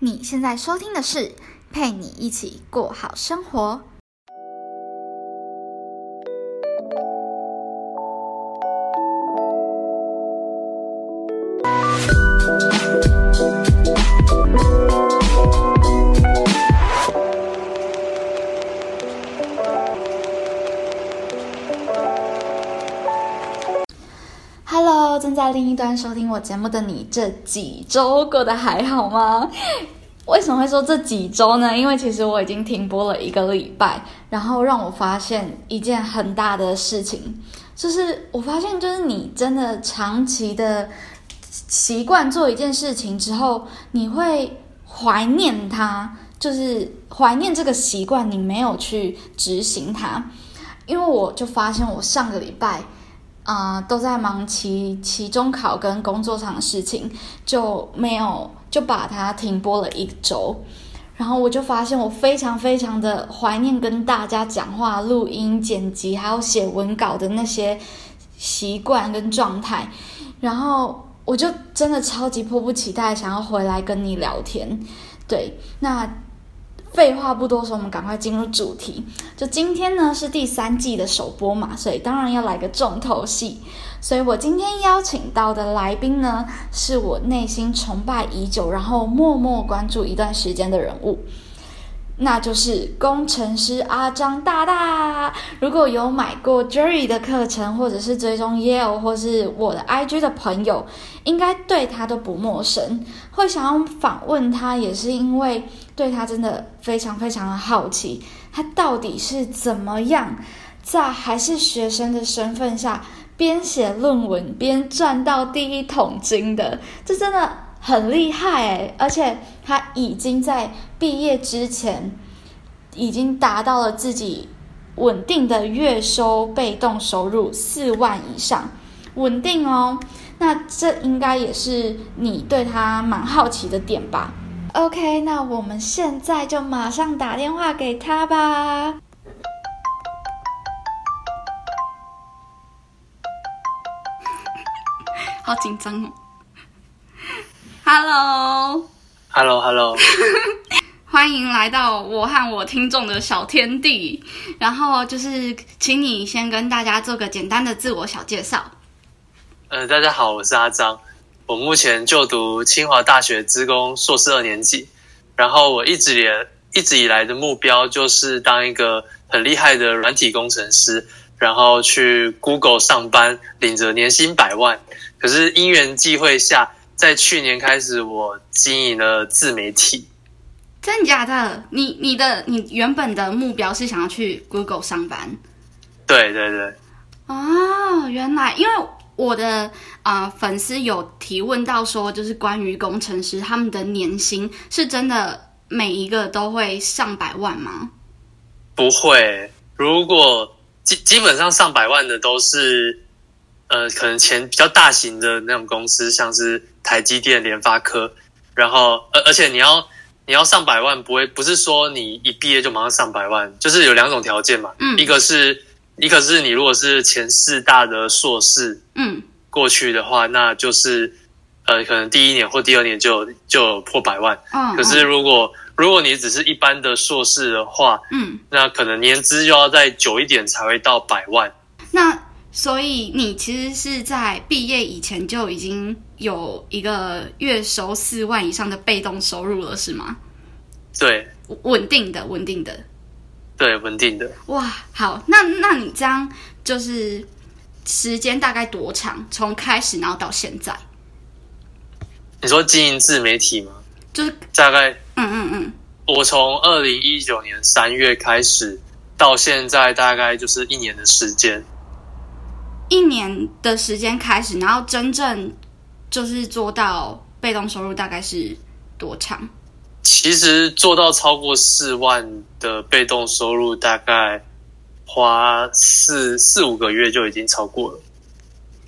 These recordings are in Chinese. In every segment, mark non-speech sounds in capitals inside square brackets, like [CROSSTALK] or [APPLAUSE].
你现在收听的是《陪你一起过好生活》。Hello，正在另一端收听我节目的你，这几周过得还好吗？为什么会说这几周呢？因为其实我已经停播了一个礼拜，然后让我发现一件很大的事情，就是我发现，就是你真的长期的习惯做一件事情之后，你会怀念它，就是怀念这个习惯，你没有去执行它。因为我就发现，我上个礼拜，啊、都在忙期期中考跟工作上的事情，就没有就把它停播了一周。然后我就发现，我非常非常的怀念跟大家讲话、录音、剪辑，还有写文稿的那些习惯跟状态。然后我就真的超级迫不及待想要回来跟你聊天。对，那废话不多说，我们赶快进入主题。就今天呢是第三季的首播嘛，所以当然要来个重头戏。所以我今天邀请到的来宾呢，是我内心崇拜已久，然后默默关注一段时间的人物。那就是工程师阿张大大。如果有买过 Jerry 的课程，或者是追踪 Yale 或是我的 IG 的朋友，应该对他都不陌生。会想要访问他，也是因为对他真的非常非常的好奇，他到底是怎么样在还是学生的身份下，边写论文边赚到第一桶金的，这真的很厉害诶，而且他已经在毕业之前，已经达到了自己稳定的月收被动收入四万以上，稳定哦。那这应该也是你对他蛮好奇的点吧？OK，那我们现在就马上打电话给他吧。好紧张哦。Hello， h e l l o h e l l o 欢迎来到我和我听众的小天地。然后就是，请你先跟大家做个简单的自我小介绍。呃，大家好，我是阿张，我目前就读清华大学资工硕士二年级，然后我一直也一直以来的目标就是当一个很厉害的软体工程师，然后去 Google 上班，领着年薪百万。可是因缘际会下，在去年开始，我经营了自媒体。真假的？你你的你原本的目标是想要去 Google 上班对对对，哦，原来因为我的啊、呃粉丝有提问到说，就是关于工程师他们的年薪是真的每一个都会上百万吗？不会，如果基基本上上百万的都是，呃，可能前比较大型的那种公司，像是台积电、联发科，然后而而且你要你要上百万，不会不是说你一毕业就马上上百万，就是有两种条件嘛，嗯一个是一个是你如果是前四大的硕士嗯，过去的话，那就是呃可能第一年或第二年就有就有破百万，哦，可是如果如果你只是一般的硕士的话，嗯，那可能年资就要再久一点才会到百万。那所以你其实是在毕业以前就已经有一个月收四万以上的被动收入了，是吗？对稳稳定的，稳定的。对，稳定的。哇，好，那那你这样就是时间大概多长？从开始然后到现在，你说经营自媒体吗？就是大概嗯嗯嗯，我从二零一九年三月开始，到现在大概就是一年的时间。一年的时间开始，然后真正就是做到被动收入大概是多长？其实做到超过四万的被动收入，大概花四四五个月就已经超过了。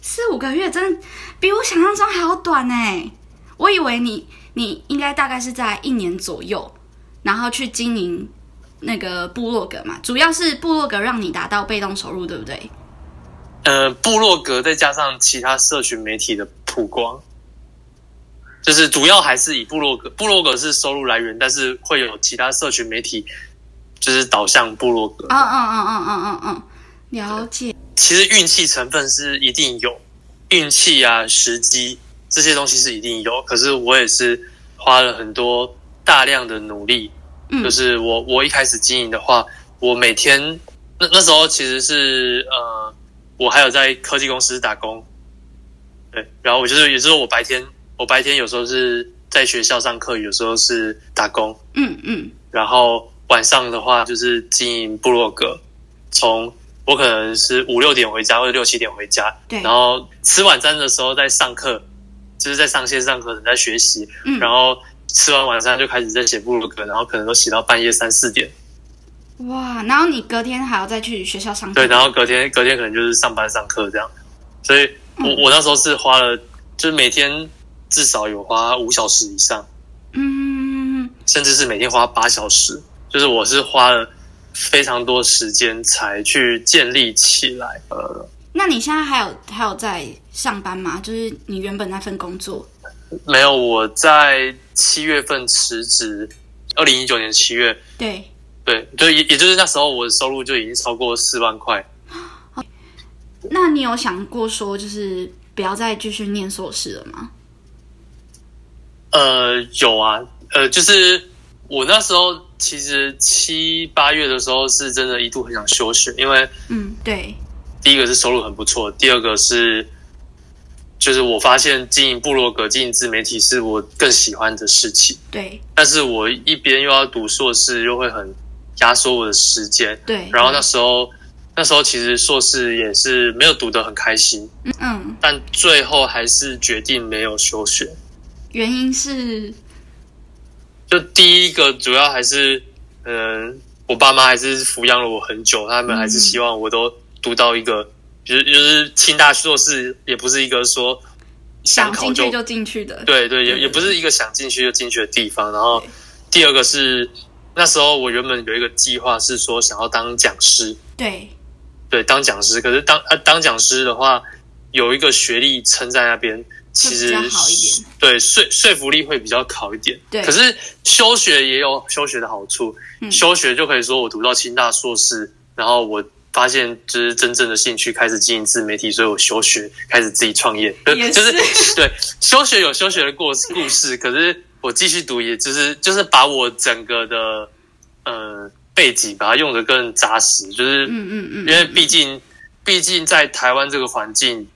四五个月，真的比我想象中还要短哎！我以为你你应该大概是在一年左右，然后去经营那个部落格嘛，主要是部落格让你达到被动收入，对不对？呃，部落格再加上其他社群媒体的曝光，就是主要还是以部落格，部落格是收入来源，但是会有其他社群媒体就是导向部落格。嗯嗯嗯哦嗯嗯嗯嗯，了解。其实运气成分是一定有，运气啊、时机这些东西是一定有。可是我也是花了很多大量的努力，嗯就是我我一开始经营的话，我每天那那时候其实是呃，我还有在科技公司打工，对，然后我就是也就是我白天我白天有时候是在学校上课，有时候是打工，嗯嗯然后晚上的话就是经营部落格，从我可能是五六点回家或者六七点回家，对然后吃晚餐的时候在上课，就是在上线上课，在学习，嗯，然后吃完晚餐就开始在写部落格，然后可能都写到半夜三四点，嗯哇，然后你隔天还要再去学校上课，对，然后隔天隔天可能就是上班上课这样，所以我嗯我那时候是花了，就是每天至少有花五小时以上。嗯，甚至是每天花八小时，就是我是花了非常多时间才去建立起来。呃，那你现在还有还有在上班吗？就是你原本那份工作，没有，我在七月份辞职，二零一九年七月，对，对，就也也就是那时候我的收入就已经超过四万块。那你有想过说就是不要再继续念硕士了吗？呃，有啊，呃，就是我那时候其实七八月的时候是真的一度很想休学，因为嗯，对，第一个是收入很不错，第二个是就是我发现经营部落格、经营自媒体是我更喜欢的事情，对，但是我一边又要读硕士，又会很压缩我的时间。对，然后那时候，那时候其实硕士也是没有读得很开心，嗯嗯，但最后还是决定没有休学。原因是，就第一个主要还是，嗯、我爸妈还是抚养了我很久，他们还嗯是希望我都读到一个，就是就是清大硕士，也不是一个说想考进去就就进去的，对对，也对也不是一个想进去就进去的地方。然后对第二个是那时候我原本有一个计划是说想要当讲师，对对，当讲师。可是当啊当讲师的话，有一个学历撑在那边，其实会比较好一点。对，说说服力会比较好一点。对可是休学也有休学的好处，嗯休学就可以说我读到清大硕士，然后我。发现就是真正的兴趣，开始经营自媒体，所以我休学，开始自己创业， [LAUGHS] 就也就是是对，休学有休学的故故事，可是我继续读，也就是就是把我整个的呃背景把它用得更扎实，就是嗯嗯嗯，因为毕竟毕竟在台湾这个环境，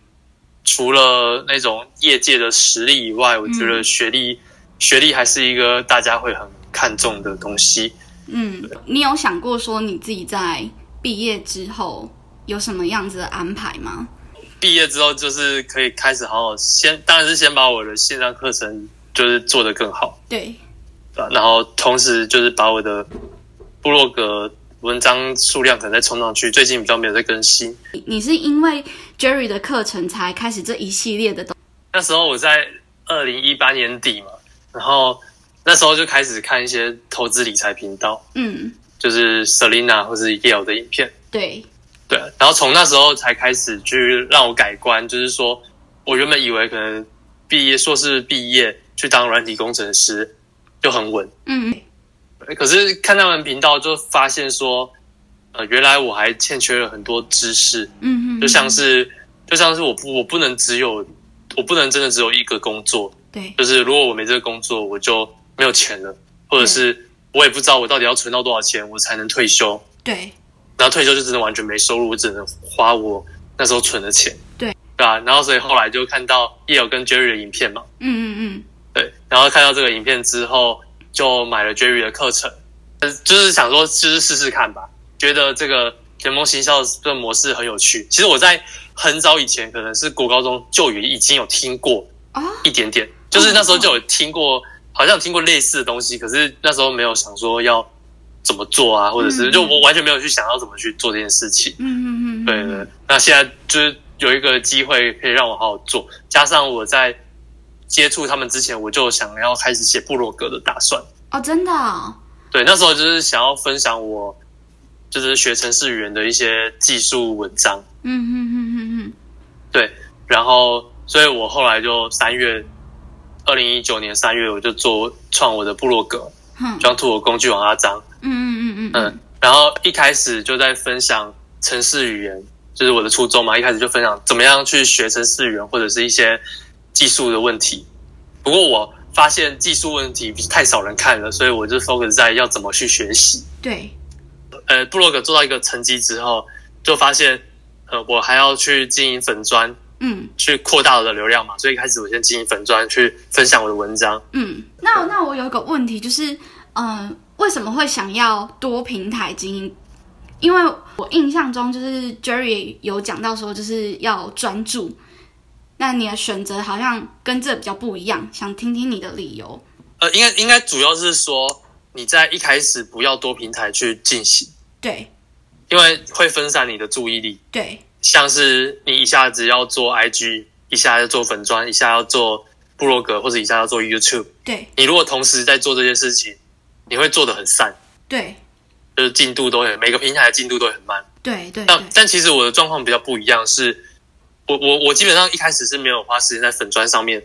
除了那种业界的实力以外，我觉得学历、学历还是一个大家会很看重的东西。嗯，你有想过说你自己在毕业之后有什么样子的安排吗？毕业之后就是可以开始好好先，当然是先把我的线上课程就是做得更好。对，对吧然后同时就是把我的部落格文章数量可能再冲上去，最近比较没有在更新。你你是因为 Jerry 的课程才开始这一系列的东，那时候我在二零一八年底嘛，然后那时候就开始看一些投资理财频道，嗯，就是 Selina 或是 Yale 的影片，对，对。然后从那时候才开始去让我改观，就是说我原本以为可能毕业硕士毕业去当软体工程师就很稳，嗯，可是看他们频道就发现说，呃，原来我还欠缺了很多知识，嗯嗯，就像是就像是我不我不能只有我不能真的只有一个工作，对，就是如果我没这个工作，我就没有钱了，或者是我也不知道我到底要存到多少钱我才能退休，对，然后退休就真的完全没收入，我只能花我那时候存的钱，对对吧、然后所以后来就看到叶友跟 Jerry 的影片嘛，嗯嗯对，然后看到这个影片之后，就买了 Jerry 的课程，呃，就是想说，就是试试看吧，觉得这个联盟行销这个模式很有趣。其实我在很早以前，可能是国高中就已经有听过嗯，哦，一点点，就是那时候就有听过，好像有听过类似的东西，可是那时候没有想说要怎么做啊，或者是嗯就我完全没有去想要怎么去做这件事情。嗯嗯嗯，对对，那现在就是有一个机会可以让我好好做，加上我在接触他们之前，我就想要开始写部落格的打算。哦，真的哦，对，那时候就是想要分享我就是学程式语言的一些技术文章，嗯嗯嗯嗯嗯，对，然后所以我后来就三月，二零一九年三月我就做创我的部落格，哼，装图我工具王阿张，嗯嗯嗯嗯嗯，然后一开始就在分享城市语言，就是我的初衷嘛，一开始就分享怎么样去学城市语言或者是一些技术的问题。不过我发现技术问题太少人看了，所以我就 focus 在要怎么去学习。对，呃，部落格做到一个成绩之后，就发现呃我还要去经营粉砖，嗯去扩大我的流量嘛，所以一开始我先经营粉砖去分享我的文章。嗯。那那我有一个问题就是，嗯，为什么会想要多平台经营？因为我印象中就是 Jerry 有讲到说，就是要专注。那你的选择好像跟这比较不一样，想听听你的理由。呃，应该应该主要是说你在一开始不要多平台去进行。对因为会分散你的注意力，对，像是你一下子要做 IG，一下要做粉砖，一下要做部落格，或者一下要做 YouTube。对你如果同时在做这些事情，你会做的很散，对就是进度都很每个平台的进度都很慢。对对但对，但其实我的状况比较不一样，是我我我基本上一开始是没有花时间在粉砖上面，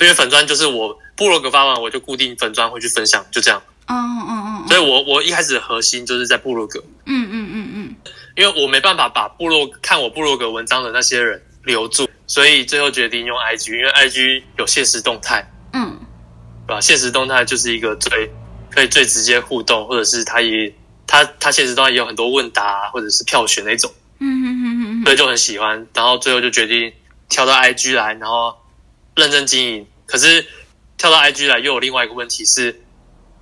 因为粉砖就是我部落格发完我就固定粉砖会去分享，就这样。嗯嗯嗯所嗯以我我一开始的核心就是在部落格。嗯嗯嗯嗯，因为我没办法把部落看我部落格文章的那些人留住，所以最后决定用 IG，因为 IG 有现实动态，嗯对吧？现实动态就是一个最可以最直接互动，或者是它也它它现实动态也有很多问答、啊或者是票选那种，嗯嗯嗯所以就很喜欢。然后最后就决定跳到 IG 来，然后认真经营。可是跳到 IG 来又有另外一个问题是，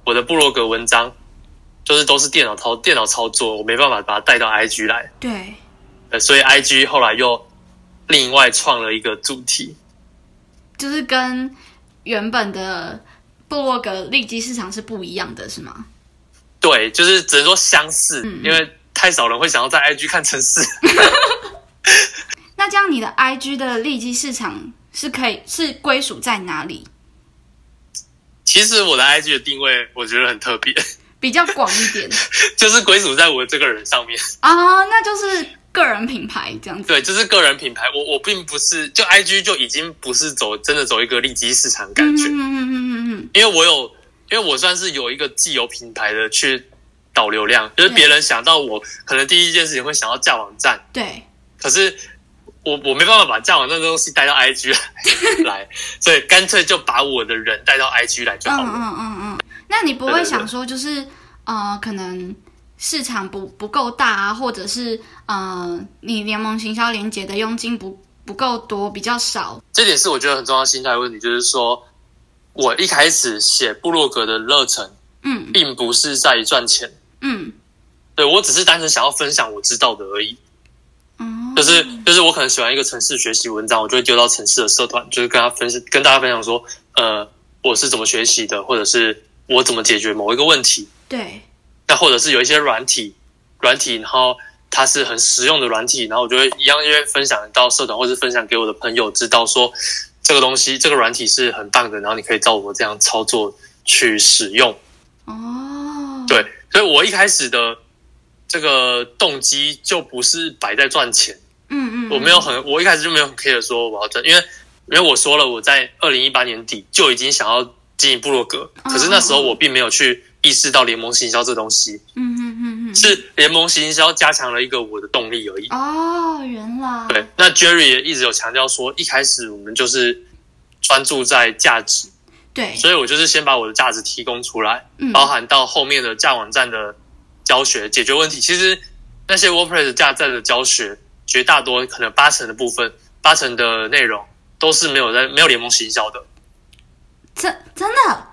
我的部落格文章就是都是电脑操电脑操作，我没办法把它带到 IG 来。对，呃，所以 IG 后来又另外创了一个主题，就是跟原本的部落格利基市场是不一样的，是吗？对，就是只能说相似，嗯因为太少人会想要在 IG 看城市。那这样你的 IG 的利基市场是可以是归属在哪里？ [LAUGHS] 其实我的 IG 的定位我觉得很特别， [LAUGHS] 比较广一 [LAUGHS] 点就是归属在我这个人上面。 [LAUGHS] 啊那就是个人品牌这样子。对，就是个人品牌，我我并不是就 IG 就已经不是走真的走一个利基市场感觉，嗯嗯嗯嗯因为我有，因为我算是有一个既有品牌的去导流量，就是对别人想到我，可能第一件事情会想到架网站。对可是我我没办法把架网站的东西带到 IG 来 [LAUGHS] 来，所以干脆就把我的人带到 IG 来就嗯好嗯了。嗯嗯。那你不会想说就是呃，可能市场不不够大啊，或者是呃，你联盟行销连接的佣金不不够多，比较少。这点是我觉得很重要的心态问题，就是说我一开始写部落格的热忱，嗯并不是在于赚钱，嗯对我只是单纯想要分享我知道的而已。嗯，就是就是我可能喜欢一个城市学习文章，我就会丢到城市的社团，就是跟他分享，跟大家分享说，呃，我是怎么学习的，或者是我怎么解决某一个问题。对那或者是有一些软体，软体，然后它是很实用的软体，然后我就会一样，因为分享到社团或是分享给我的朋友知道说，这个东西这个软体是很棒的，然后你可以照我这样操作去使用。哦，对，所以我一开始的这个动机就不是摆在赚钱，嗯嗯，我没有很，我一开始就没有很 care 说我要赚，因为因为我说了，我在二零一八年底就已经想要经营部落格，可是那时候我并没有去意识到联盟行销这东西。嗯嗯嗯嗯是联盟行销加强了一个我的动力而已。哦，原来对，那 Jerry 也一直有强调说，一开始我们就是专注在价值，对所以我就是先把我的价值提供出来，嗯包含到后面的架网站的教学解决问题。其实那些 WordPress 架站的教学，绝大多可能八成的部分，八成的内容都是没有在没有联盟行销的，真真的。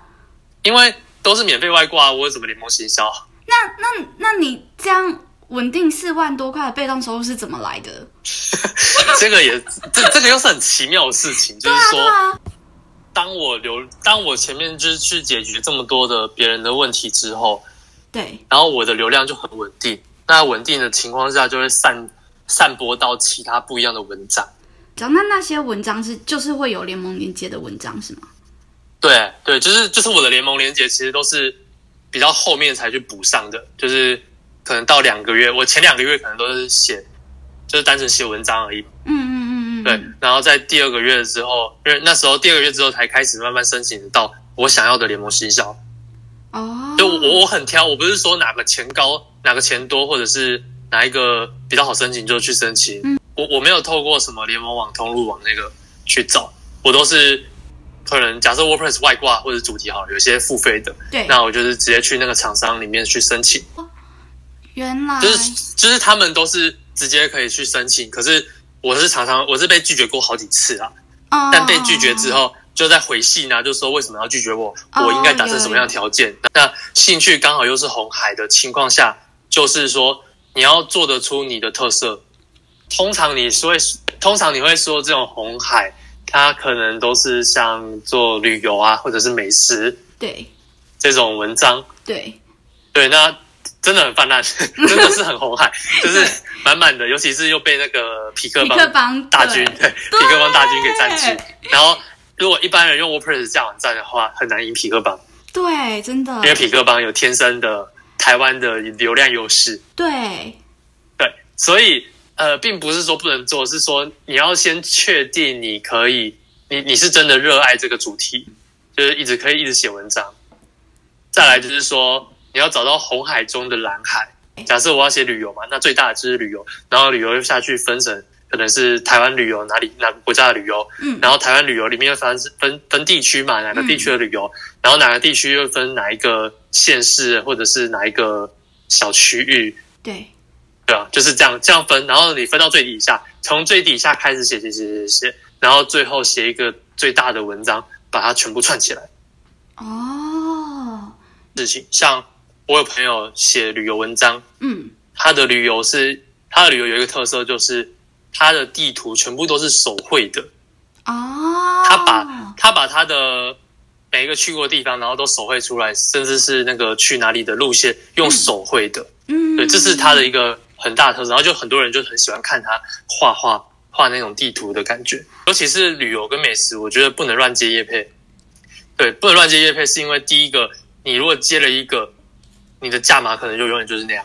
因为都是免费外挂，啊我有什么联盟行销？啊那那那你这样稳定四万多块的被动收入是怎么来的？ [LAUGHS] 这个也这这个又是很奇妙的事情，就对是啊说。对啊，当我留，当我前面就是去解决这么多的别人的问题之后，对然后我的流量就很稳定。那稳定的情况下，就会散散播到其他不一样的文章。讲那那些文章是就是会有联盟连接的文章是吗？对对，就是就是我的联盟连接其实都是比较后面才去补上的，就是可能到两个月，我前两个月可能都是写，就是单纯写文章而已。嗯嗯嗯嗯对，然后在第二个月之后，因为那时候第二个月之后才开始慢慢申请到我想要的联盟行销。哦，就我我很挑，我不是说哪个钱高、哪个钱多，或者是哪一个比较好申请就去申请。嗯我我没有透过什么联盟网、通路网那个去找，我都是可能假设 WordPress 外挂或者主题好了，有些付费的，对，那我就是直接去那个厂商里面去申请。原来就是就是他们都是直接可以去申请，可是我是常常我是被拒绝过好几次啊，哦但被拒绝之后就在回信啊，就说为什么要拒绝我，哦我应该达成什么样的条件？那兴趣刚好又是红海的情况下，就是说你要做得出你的特色。通常你是会，通常你会说这种红海，它可能都是像做旅游啊，或者是美食对这种文章。对对，那真的很泛滥， [LAUGHS] 真的是很红海， [LAUGHS] 就是满满的，尤其是又被那个匹克匹帮克帮大军，对对，匹克帮大军给占据。然后，如果一般人用 WordPress 架网站的话，很难赢匹克帮，对，真的因为匹克帮有天生的台湾的流量优势。对对，所以呃，并不是说不能做，是说你要先确定你可以，你你是真的热爱这个主题，就是一直可以一直写文章。再来就是说，你要找到红海中的蓝海。假设我要写旅游嘛，那最大的就是旅游，然后旅游又下去分成，可能是台湾旅游哪里哪个国家的旅游，嗯然后台湾旅游里面又分分分地区嘛，哪个地区的旅游，然后哪个地区又分哪一个县市或者是哪一个小区域，对对啊，就是这样这样分，然后你分到最底下，从最底下开始写写写写写，然后最后写一个最大的文章，把它全部串起来。哦，事情像我有朋友写旅游文章，嗯他的旅游是他的旅游有一个特色，就是他的地图全部都是手绘的，哦，他把、他把他的每一个去过的地方，然后都手绘出来，甚至是那个去哪里的路线用手绘的。嗯，对，这是他的一个很大的特色。然后就很多人就很喜欢看他画画画那种地图的感觉，尤其是旅游跟美食，我觉得不能乱接叶配。对，不能乱接叶配，是因为第一个，你如果接了一个，你的价码可能就永远就是那样，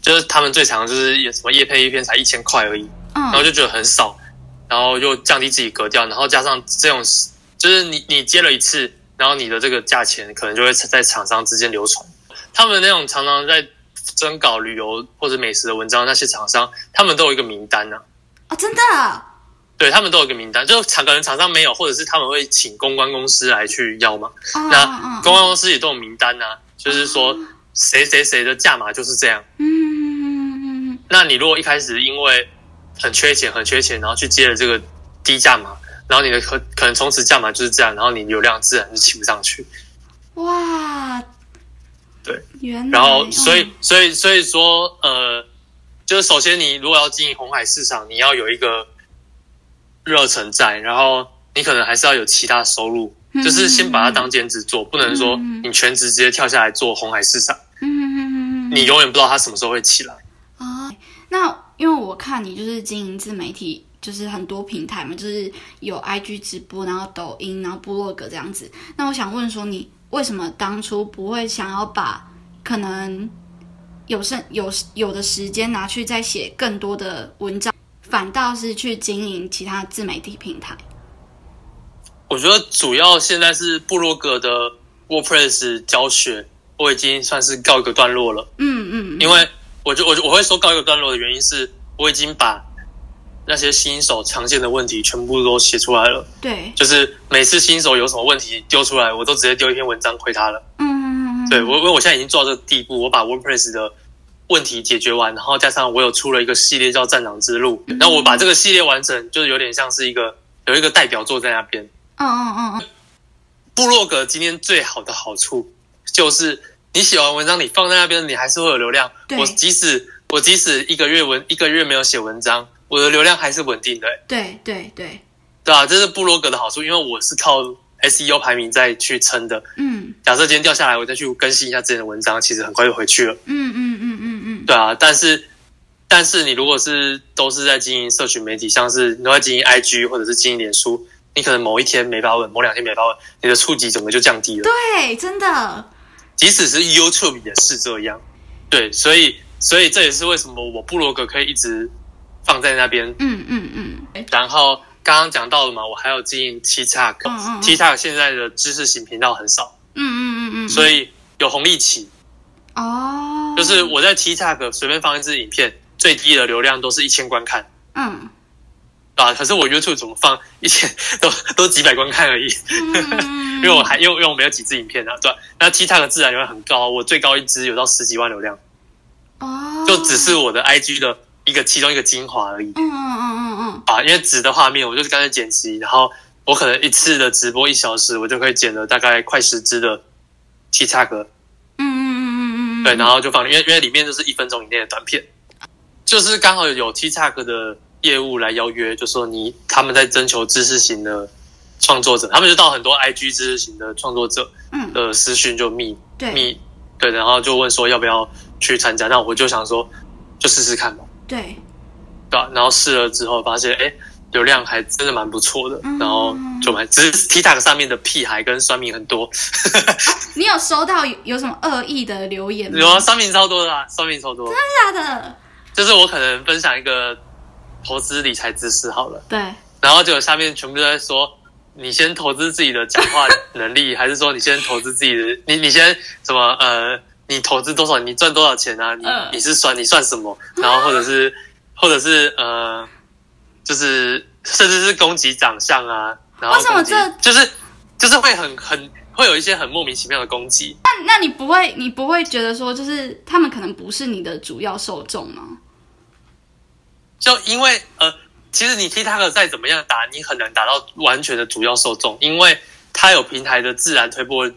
就是他们最常就是有什么叶配一篇才一千块而已，嗯然后就觉得很少，然后又降低自己格调，然后加上这种就是你你接了一次，然后你的这个价钱可能就会在厂商之间流传。他们那种常常在征稿旅游或者美食的文章，那些厂商他们都有一个名单呢、啊。哦，真的对他们都有一个名单，就厂可能厂商没有，或者是他们会请公关公司来去要嘛。哦，那嗯哦公关公司也都有名单呐、啊，就是说谁谁谁的价码就是这样。嗯嗯那你如果一开始因为很缺钱、很缺钱，然后去接了这个低价码，然后你的可可能从此价码就是这样，然后你流量自然就起不上去。嗯哇，对，原来然后，嗯所以，所以，所以说，呃，就是首先，你如果要经营红海市场，你要有一个热忱在，然后你可能还是要有其他收入，嗯就是先把它当兼职做，不能说嗯你全职直接跳下来做红海市场，嗯嗯嗯嗯嗯你永远不知道它什么时候会起来。啊，那因为我看你就是经营自媒体，就是很多平台嘛，就是有 IG 直播，然后抖音，然后部落格这样子。那我想问说，你为什么当初不会想要把可能有剩有有的时间拿去再写更多的文章，反倒是去经营其他自媒体平台？我觉得主要现在是部落格的 WordPress 教学，我已经算是告一个段落了。嗯嗯，因为我就我就我会说告一个段落的原因是，我已经把那些新手常见的问题全部都写出来了，对，就是每次新手有什么问题丢出来，我都直接丢一篇文章回他了。嗯，对我，因为我现在已经做到这个地步，我把 WordPress 的问题解决完，然后加上我有出了一个系列叫《战场之路》，嗯那我把这个系列完成，就是有点像是一个有一个代表作在那边。嗯嗯嗯嗯，部落格今天最好的好处就是，你写完文章，你放在那边，你还是会有流量。对我即使我即使一个月文一个月没有写文章，我的流量还是稳定的、对对对，对吧、啊？这是部落格的好处，因为我是靠 SEO 排名再去撑的。嗯假设今天掉下来，我再去更新一下之前的文章，其实很快就回去了，嗯嗯嗯嗯嗯，对啊。但是但是你如果是都是在经营社群媒体，像是你都在经营 IG 或者是经营脸书，你可能某一天没发文，某两天没发文，你的触及整个就降低了。对，真的，即使是 YouTube 也是这样。对，所以所以这也是为什么我部落格可以一直放在那边，嗯嗯嗯，然后刚刚讲到了嘛，我还有经营 TikTok，TikTok、嗯嗯嗯 TikTok 现在的知识型频道很少，嗯嗯嗯嗯，所以以有红利期，哦，就是我在 TikTok 随便放一支影片，最低的流量都是一千观看嗯啊，可是我 YouTube 怎么放一千都都几百观看而已，嗯嗯嗯， [LAUGHS] 因为我还因为因为我没有几支影片啊，对吧，那 TikTok 自然流量很高，我最高一支有到十几万流量，哦，就只是我的 IG 的一个其中一个精华而已。嗯嗯嗯嗯啊，因为纸的画面，我就是干脆剪辑，然后我可能一次的直播一小时，我就可以剪了大概快十支的 TikTok，嗯嗯嗯嗯嗯嗯，对，然后就放，因为因为里面就是一分钟以内的短片，就是刚好有 TikTok 的业务来邀约，就说你他们在征求知识型的创作者，他们就到很多 IG 知识型的创作者嗯的私讯就密对密对，然后就问说要不要去参加，那我就想说就试试看吧。对，对、啊，然后试了之后发现，哎，流量还真的蛮不错的，嗯然后就蛮，只是 TikTok 上面的屁孩跟酸民很多，你有收到有有什么恶意的留言吗？有啊，酸民超多的、啊，酸民超多，真的假的？就是我可能分享一个投资理财知识好了，对，然后结果下面全部都在说。你先投资自己的讲话能力，还是说你先投资自己的？你你先什么？呃，你投资多少？你赚多少钱啊？你嗯你是算你算什么？然后或者是或者是呃，就是甚至是攻击长相啊，然后为什么攻击这就是就是会很很会有一些很莫名其妙的攻击，那那你不会你不会觉得说就是他们可能不是你的主要受众吗？就因为呃，其实你 TikTok 再怎么样打，你很难打到完全的主要受众，因为它有平台的自然推播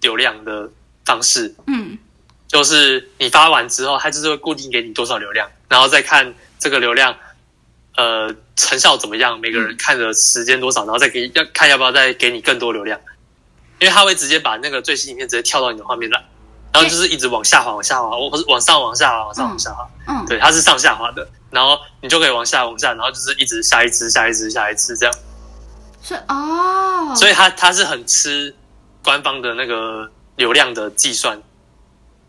流量的方式，嗯就是你发完之后，它就是会固定给你多少流量，然后再看这个流量。呃，成效怎么样？每个人看的时间多少，然后再给要看要不要再给你更多流量，因为它会直接把那个最新影片直接跳到你的画面来，然后就是一直往下滑，往下滑，往往上往下滑，往上往下滑，嗯，对，它是上下滑的，然后你就可以往下往下，然后就是一直下一只下一只下一只这样，是哦，所以以它它是很吃官方的那个流量的计算。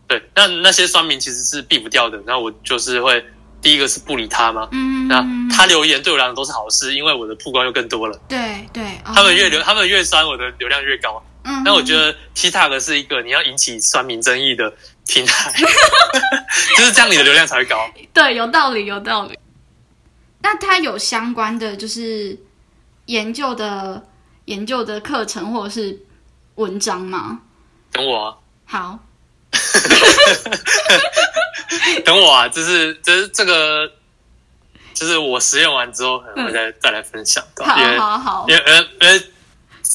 对，那那些酸民其实是避不掉的，那我就是会第一个是不理他嘛，嗯，那他留言对我来讲都是好事，因为我的曝光又更多了，对对，他他们越流他们越酸，我的流量越高。嗯，那我觉得 TikTok 是一个你要引起酸民争议的平台， [LAUGHS] 就是这样你的流量才会高。对，有道理，有道理。那他有相关的就是研究的研究的课程或者是文章吗？等我、啊。好，等我啊，就是就是这个，就是我实验完之后，可能会再、再来分享，对吧嗯好，因为好，好，嗯因为呃因为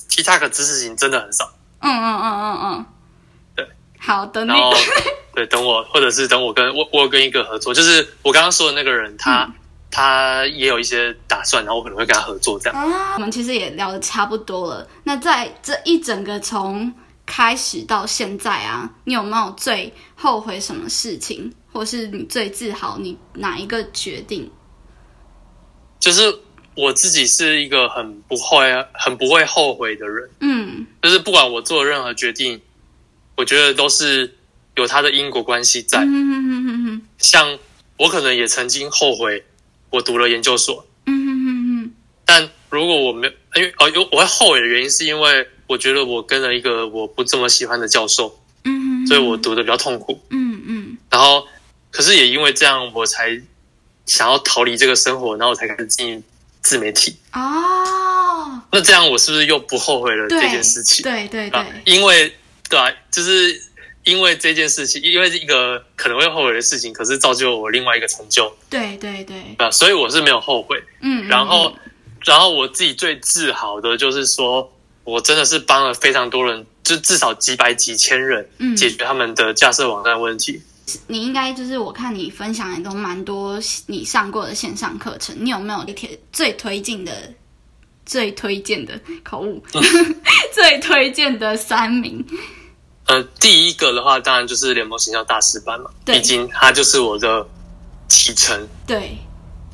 TikTok 知识型真的很 [LAUGHS] 少，嗯嗯嗯嗯，对，好的，然那后对等我，或者是等我跟我我有跟一个合作，就是我刚刚说的那个人，他、嗯他也有一些打算，然后我可能会跟他合作这样。我们其实也聊的差不多了。那在这一整个从开始到现在啊，你有没有最后悔什么事情，或是你最自豪你哪一个决定？就是我自己是一个很不会很不会后悔的人，嗯就是不管我做任何决定，我觉得都是有它的因果关系在。嗯哼哼哼哼像我可能也曾经后悔我读了研究所，嗯哼哼哼，但如果我没有，因为哦，有我会后悔的原因是因为我觉得我跟了一个我不这么喜欢的教授，嗯哼哼，所以我读的比较痛苦。嗯嗯然后，可是也因为这样，我才想要逃离这个生活，然后我才开始经营自媒体。哦，那这样我是不是又不后悔了对这件事情？对对啊对，，因为对啊，就是因为这件事情，因为一个可能会后悔的事情，可是造就我另外一个成就，对对对，对啊，所以我是没有后悔。嗯，然后嗯，然后我自己最自豪的就是说，我真的是帮了非常多人，就至少几百几千人嗯解决他们的架设网站问题。你应该就是我看你分享也都蛮多你上过的线上课程，你有没有一天最推荐的、最推荐的口 [LAUGHS] 误、 [LAUGHS] 最推荐的三名？呃，第一个的话，当然就是联盟行销大师班嘛，对毕竟它就是我的启程，对，对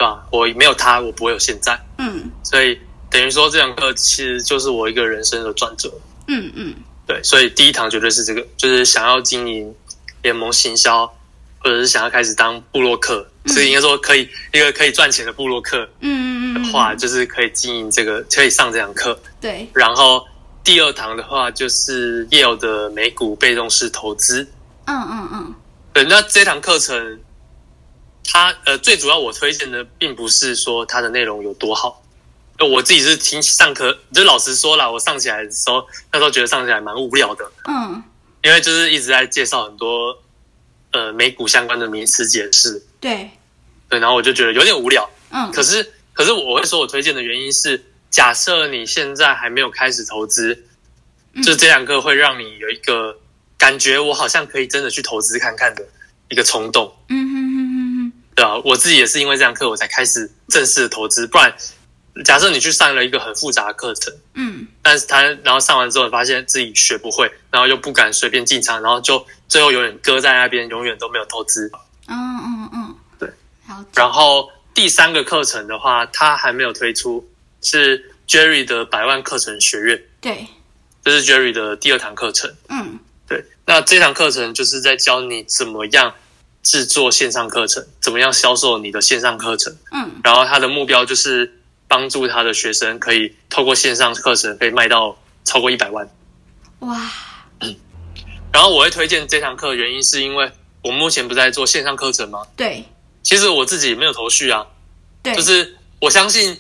吧？我没有它，我不会有现在，嗯所以等于说这堂课其实就是我一个人生的转折。嗯嗯，对，所以第一堂绝对是这个，就是想要经营联盟行销，或者是想要开始当布洛克，是应该说可以一个可以赚钱的布洛克，嗯嗯嗯嗯，话，就是可以经营这个，可以上这堂课。对，然后第二堂的话，就是业务的美股被动式投资。嗯嗯嗯，对，那这堂课程，它呃最主要我推荐的，并不是说它的内容有多好，呃我自己是听上课，就老实说啦，我上起来的时候，那时候觉得上起来蛮无聊的，嗯，因为就是一直在介绍很多呃美股相关的名词解释，对，对，然后我就觉得有点无聊。嗯可是可是我会说我推荐的原因是，假设你现在还没有开始投资，嗯就这两个会让你有一个感觉，我好像可以真的去投资看看的一个冲动。嗯哼哼哼哼，对啊，我自己也是因为这堂课我才开始正式的投资，不然假设你去上了一个很复杂的课程，嗯，但是他然后上完之后发现自己学不会，然后又不敢随便进场，然后就最后永远搁在那边，永远都没有投资。嗯嗯嗯，对，了解，然后第三个课程的话，它还没有推出，是 Jerry 的百万课程学院，对，这是 Jerry 的第二堂课程。嗯对，那这堂课程就是在教你怎么样制作线上课程，怎么样销售你的线上课程。嗯然后他的目标就是帮助他的学生可以透过线上课程可以卖到超过一百万。哇，然后我会推荐这堂课，原因是因为我目前不在做线上课程嘛，对其实我自己也没有头绪啊，对，就是我相信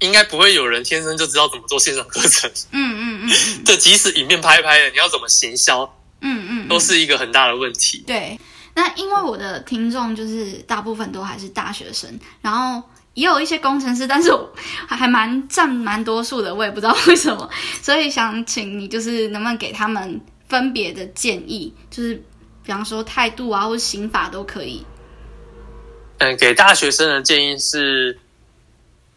应该不会有人天生就知道怎么做线上课程。嗯嗯嗯这即使影片拍一拍的，你要怎么行销，嗯嗯，都是一个很大的问题。对，那因为我的听众就是大部分都还是大学生，然后也有一些工程师，但是我还还蛮占蛮多数的，我也不知道为什么，所以想请你就是能不能给他们分别的建议，就是比方说态度啊，或者刑法都可以。 [LAUGHS] 嗯，给大学生的建议是，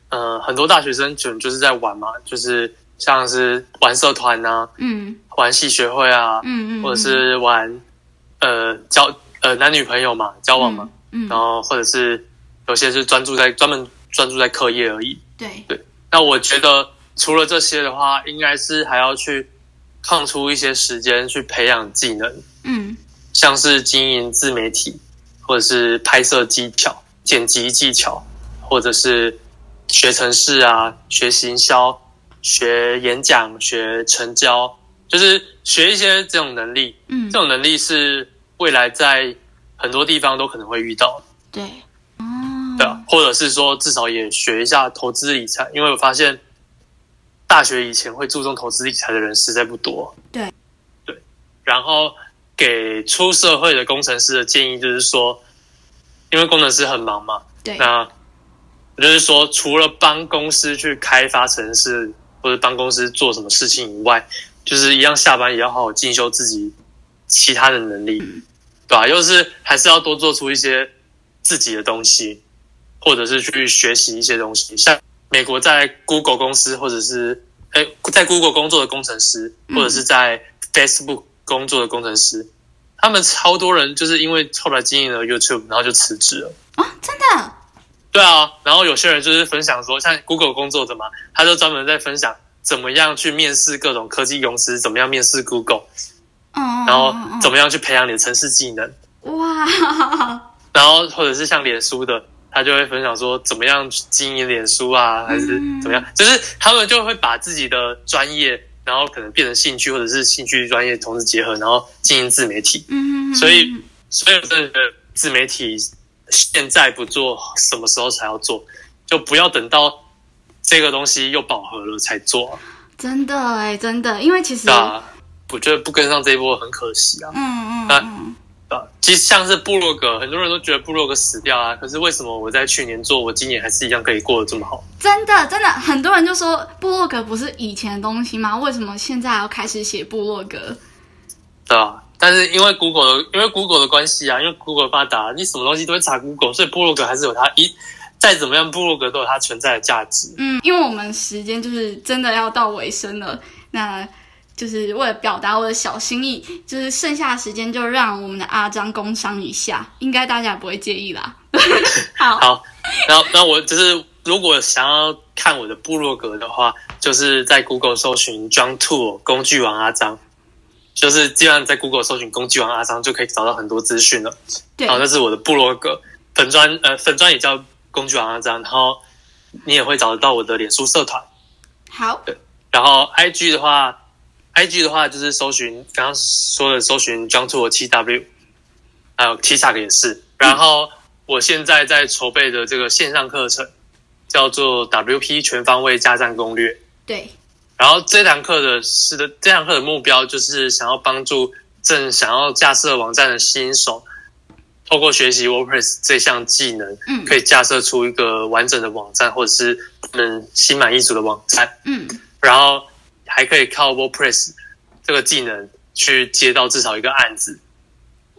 呃，很多大学生准就是在玩嘛，就是像是玩社团啊，嗯玩系学会啊，嗯嗯，或者是玩呃交呃男女朋友嘛，交往嘛，嗯，嗯，然后或者是有些是专注在专门专注在课业而已。对，那我觉得除了这些的话，应该是还要去空出一些时间去培养技能，嗯像是经营自媒体，或者是拍摄技巧、剪辑技巧，或者是学程式啊、学行销、学演讲、学成交，就是学一些这种能力。嗯这，种能力是未来在很多地方都可能会遇到对，哦，的，啊或者是说至少也学一下投资理财，因为我发现大学以前会注重投资理财的人实在不多。对，对，然后给出社会的工程师的建议就是说，因为工程师很忙嘛，对，那我就是说，除了帮公司去开发城市或者帮公司做什么事情以外，就是一样下班也要好好进修自己其他的能力，嗯对吧、又是还是要多做出一些自己的东西，或者是去学习一些东西。像美国在 Google 公司，或者是哎、在 Google 工作的工程师，嗯或者是在 Facebook 工作的工程师，他们超多人就是因为后来经营了 YouTube，然后就辞职了。哦，真的，对啊，然后有些人就是分享说，像 Google 工作者嘛，他就专门在分享怎么样去面试各种科技公司，怎么样面试 Google，嗯，然后怎么样去培养你的城市技能，哇，然后或者是像脸书的，他就会分享说怎么样去经营脸书啊，还是嗯怎么样，就是他们就会把自己的专业，然后可能变成兴趣，或者是兴趣与专业同时结合，然后经营自媒体。嗯，所以所以我真的觉得自媒体现在不做，什么时候才要做？就不要等到这个东西又饱和了才做、啊，真的哎，真的，因为其实对，啊，我觉得不跟上这一波很可惜啊，嗯嗯那嗯，对啊其实像是部落格，很多人都觉得部落格死掉啊，可是为什么我在去年做，我今年还是一样可以过得这么好？真的真的，很多人就说部落格不是以前的东西吗？为什么现在还要开始写部落格？对啊，但是因为 Google 的，因为 Google 的关系啊，因为 Google 发达，你什么东西都会查 Google，所以部落格还是有它一再怎么样，部落格都有它存在的价值。嗯，因为我们时间就是真的要到尾声了，那就是为了表达我的小心意，就是剩下的时间就让我们的阿张工商一下，应该大家也不会介意 [LAUGHS] 啦。好，好， [LAUGHS] 然后那我就是如果想要看我的部落格的话，就是在 Google 搜寻 John Tool 工具王阿张，就是基本上在 Google 搜寻工具王阿张就可以找到很多资讯了。对啊好，，那是我的部落格粉砖，呃，粉砖也叫工具王阿张，然后你也会找得到我的脸书社团。好，然后 IG 的话，IG 的话就是搜寻刚刚说的搜寻 John t o o TW，还有 T Shark 也是。然后我现在在筹备的这个线上课程叫做 WP 全方位加战攻略。对，然后这堂课的是的，这堂课的目标就是想要帮助正想要架设网站的新手，透过学习 WordPress 这项技能，嗯可以架设出一个完整的网站，或者是他们心满意足的网站。嗯，然后还可以靠 WordPress 这个技能去接到至少一个案子。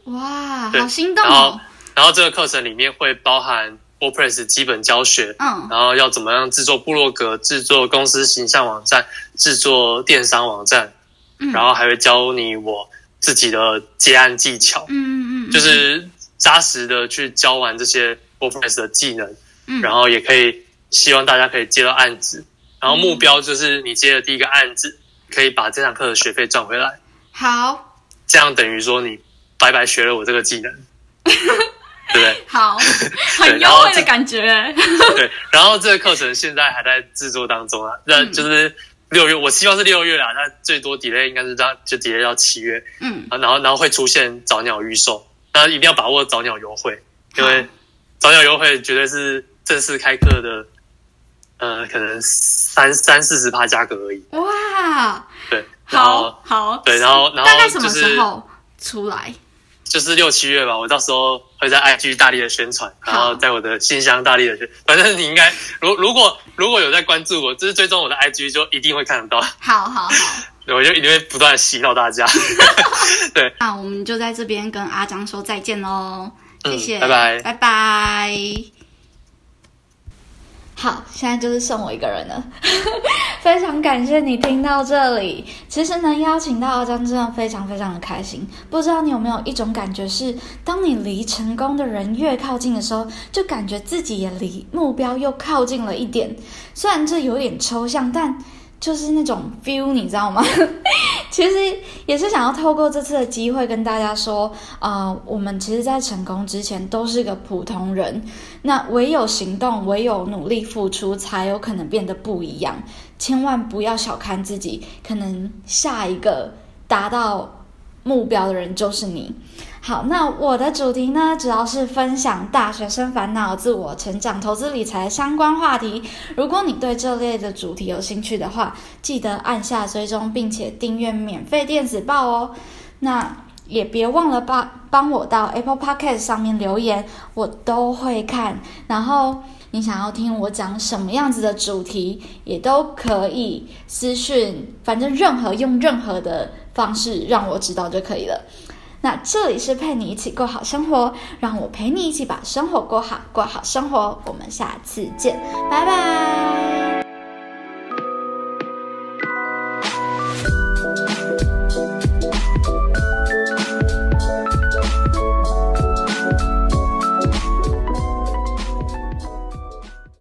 哇，对好心动然后哦，，然后这个课程里面会包含 WordPress 基本教学，嗯然后要怎么样制作部落格、制作公司形象网站、制作电商网站，嗯，然后还会教你我自己的接案技巧，嗯嗯嗯，就是扎实的去教完这些 WordPress 的技能，嗯，然后也可以希望大家可以接到案子，然后目嗯标就是你接的第一个案子，可以把这堂课的学费赚回来，好这样等于说你白白学了我这 [LAUGHS] 个技能，对不对？ [LAUGHS] 好，很对然优后惠的这感觉，对，然后这个课程现在还在制作当中啊，那嗯就是六月，我希望是六月啦，那最多 delay 应该是到就 delay 到七月，嗯，啊，然后然后会出现早鸟预售，那一定要把握早鸟优惠，因为好早鸟优惠绝对是正式开课的，呃，可能三三四十趴价格而已，嗯哇，对，然后好好，对然后然后大概什么就是时候出来？就是六七月吧，我到时候会在 IG 大力的宣传，然后在我的信箱大力的宣，反正你应该，如如果如果有在关注我，就是追踪我的 IG，就一定会看得到，好好好。我就一定会不断的洗脑大家。那我们就在这边跟阿张说再见喽，谢谢，嗯拜拜拜拜。好，现在就是剩我一个人了。 [LAUGHS] 非常感谢你听到这里。其实能邀请到阿张真的非常非常的开心。不知道你有没有一种感觉是，当你离成功的人越靠近的时候，就感觉自己也离目标又靠近了一点。虽然这有点抽象，但就是那种 feel，你知道吗？ [LAUGHS] 其实也是想要透过这次的机会跟大家说，呃，我们其实，在成功之前都是个普通人，那唯有行动，唯有努力付出，才有可能变得不一样。千万不要小看自己，可能下一个达到目标的人就是你。好，那我的主题呢，主要是分享大学生烦恼、自我成长、投资理财相关话题。如果你对这类的主题有兴趣的话，记得按下追踪，并且订阅免费电子报哦。那也别忘了帮帮我到 Apple Podcast 上面留言，我都会看。然后你想要听我讲什么样子的主题，也都可以私讯，反正任何用任何的方式让我知道就可以了。那这里是陪你一起过好生活，让我陪你一起把生活过好，过好生活。我们下次见，拜拜。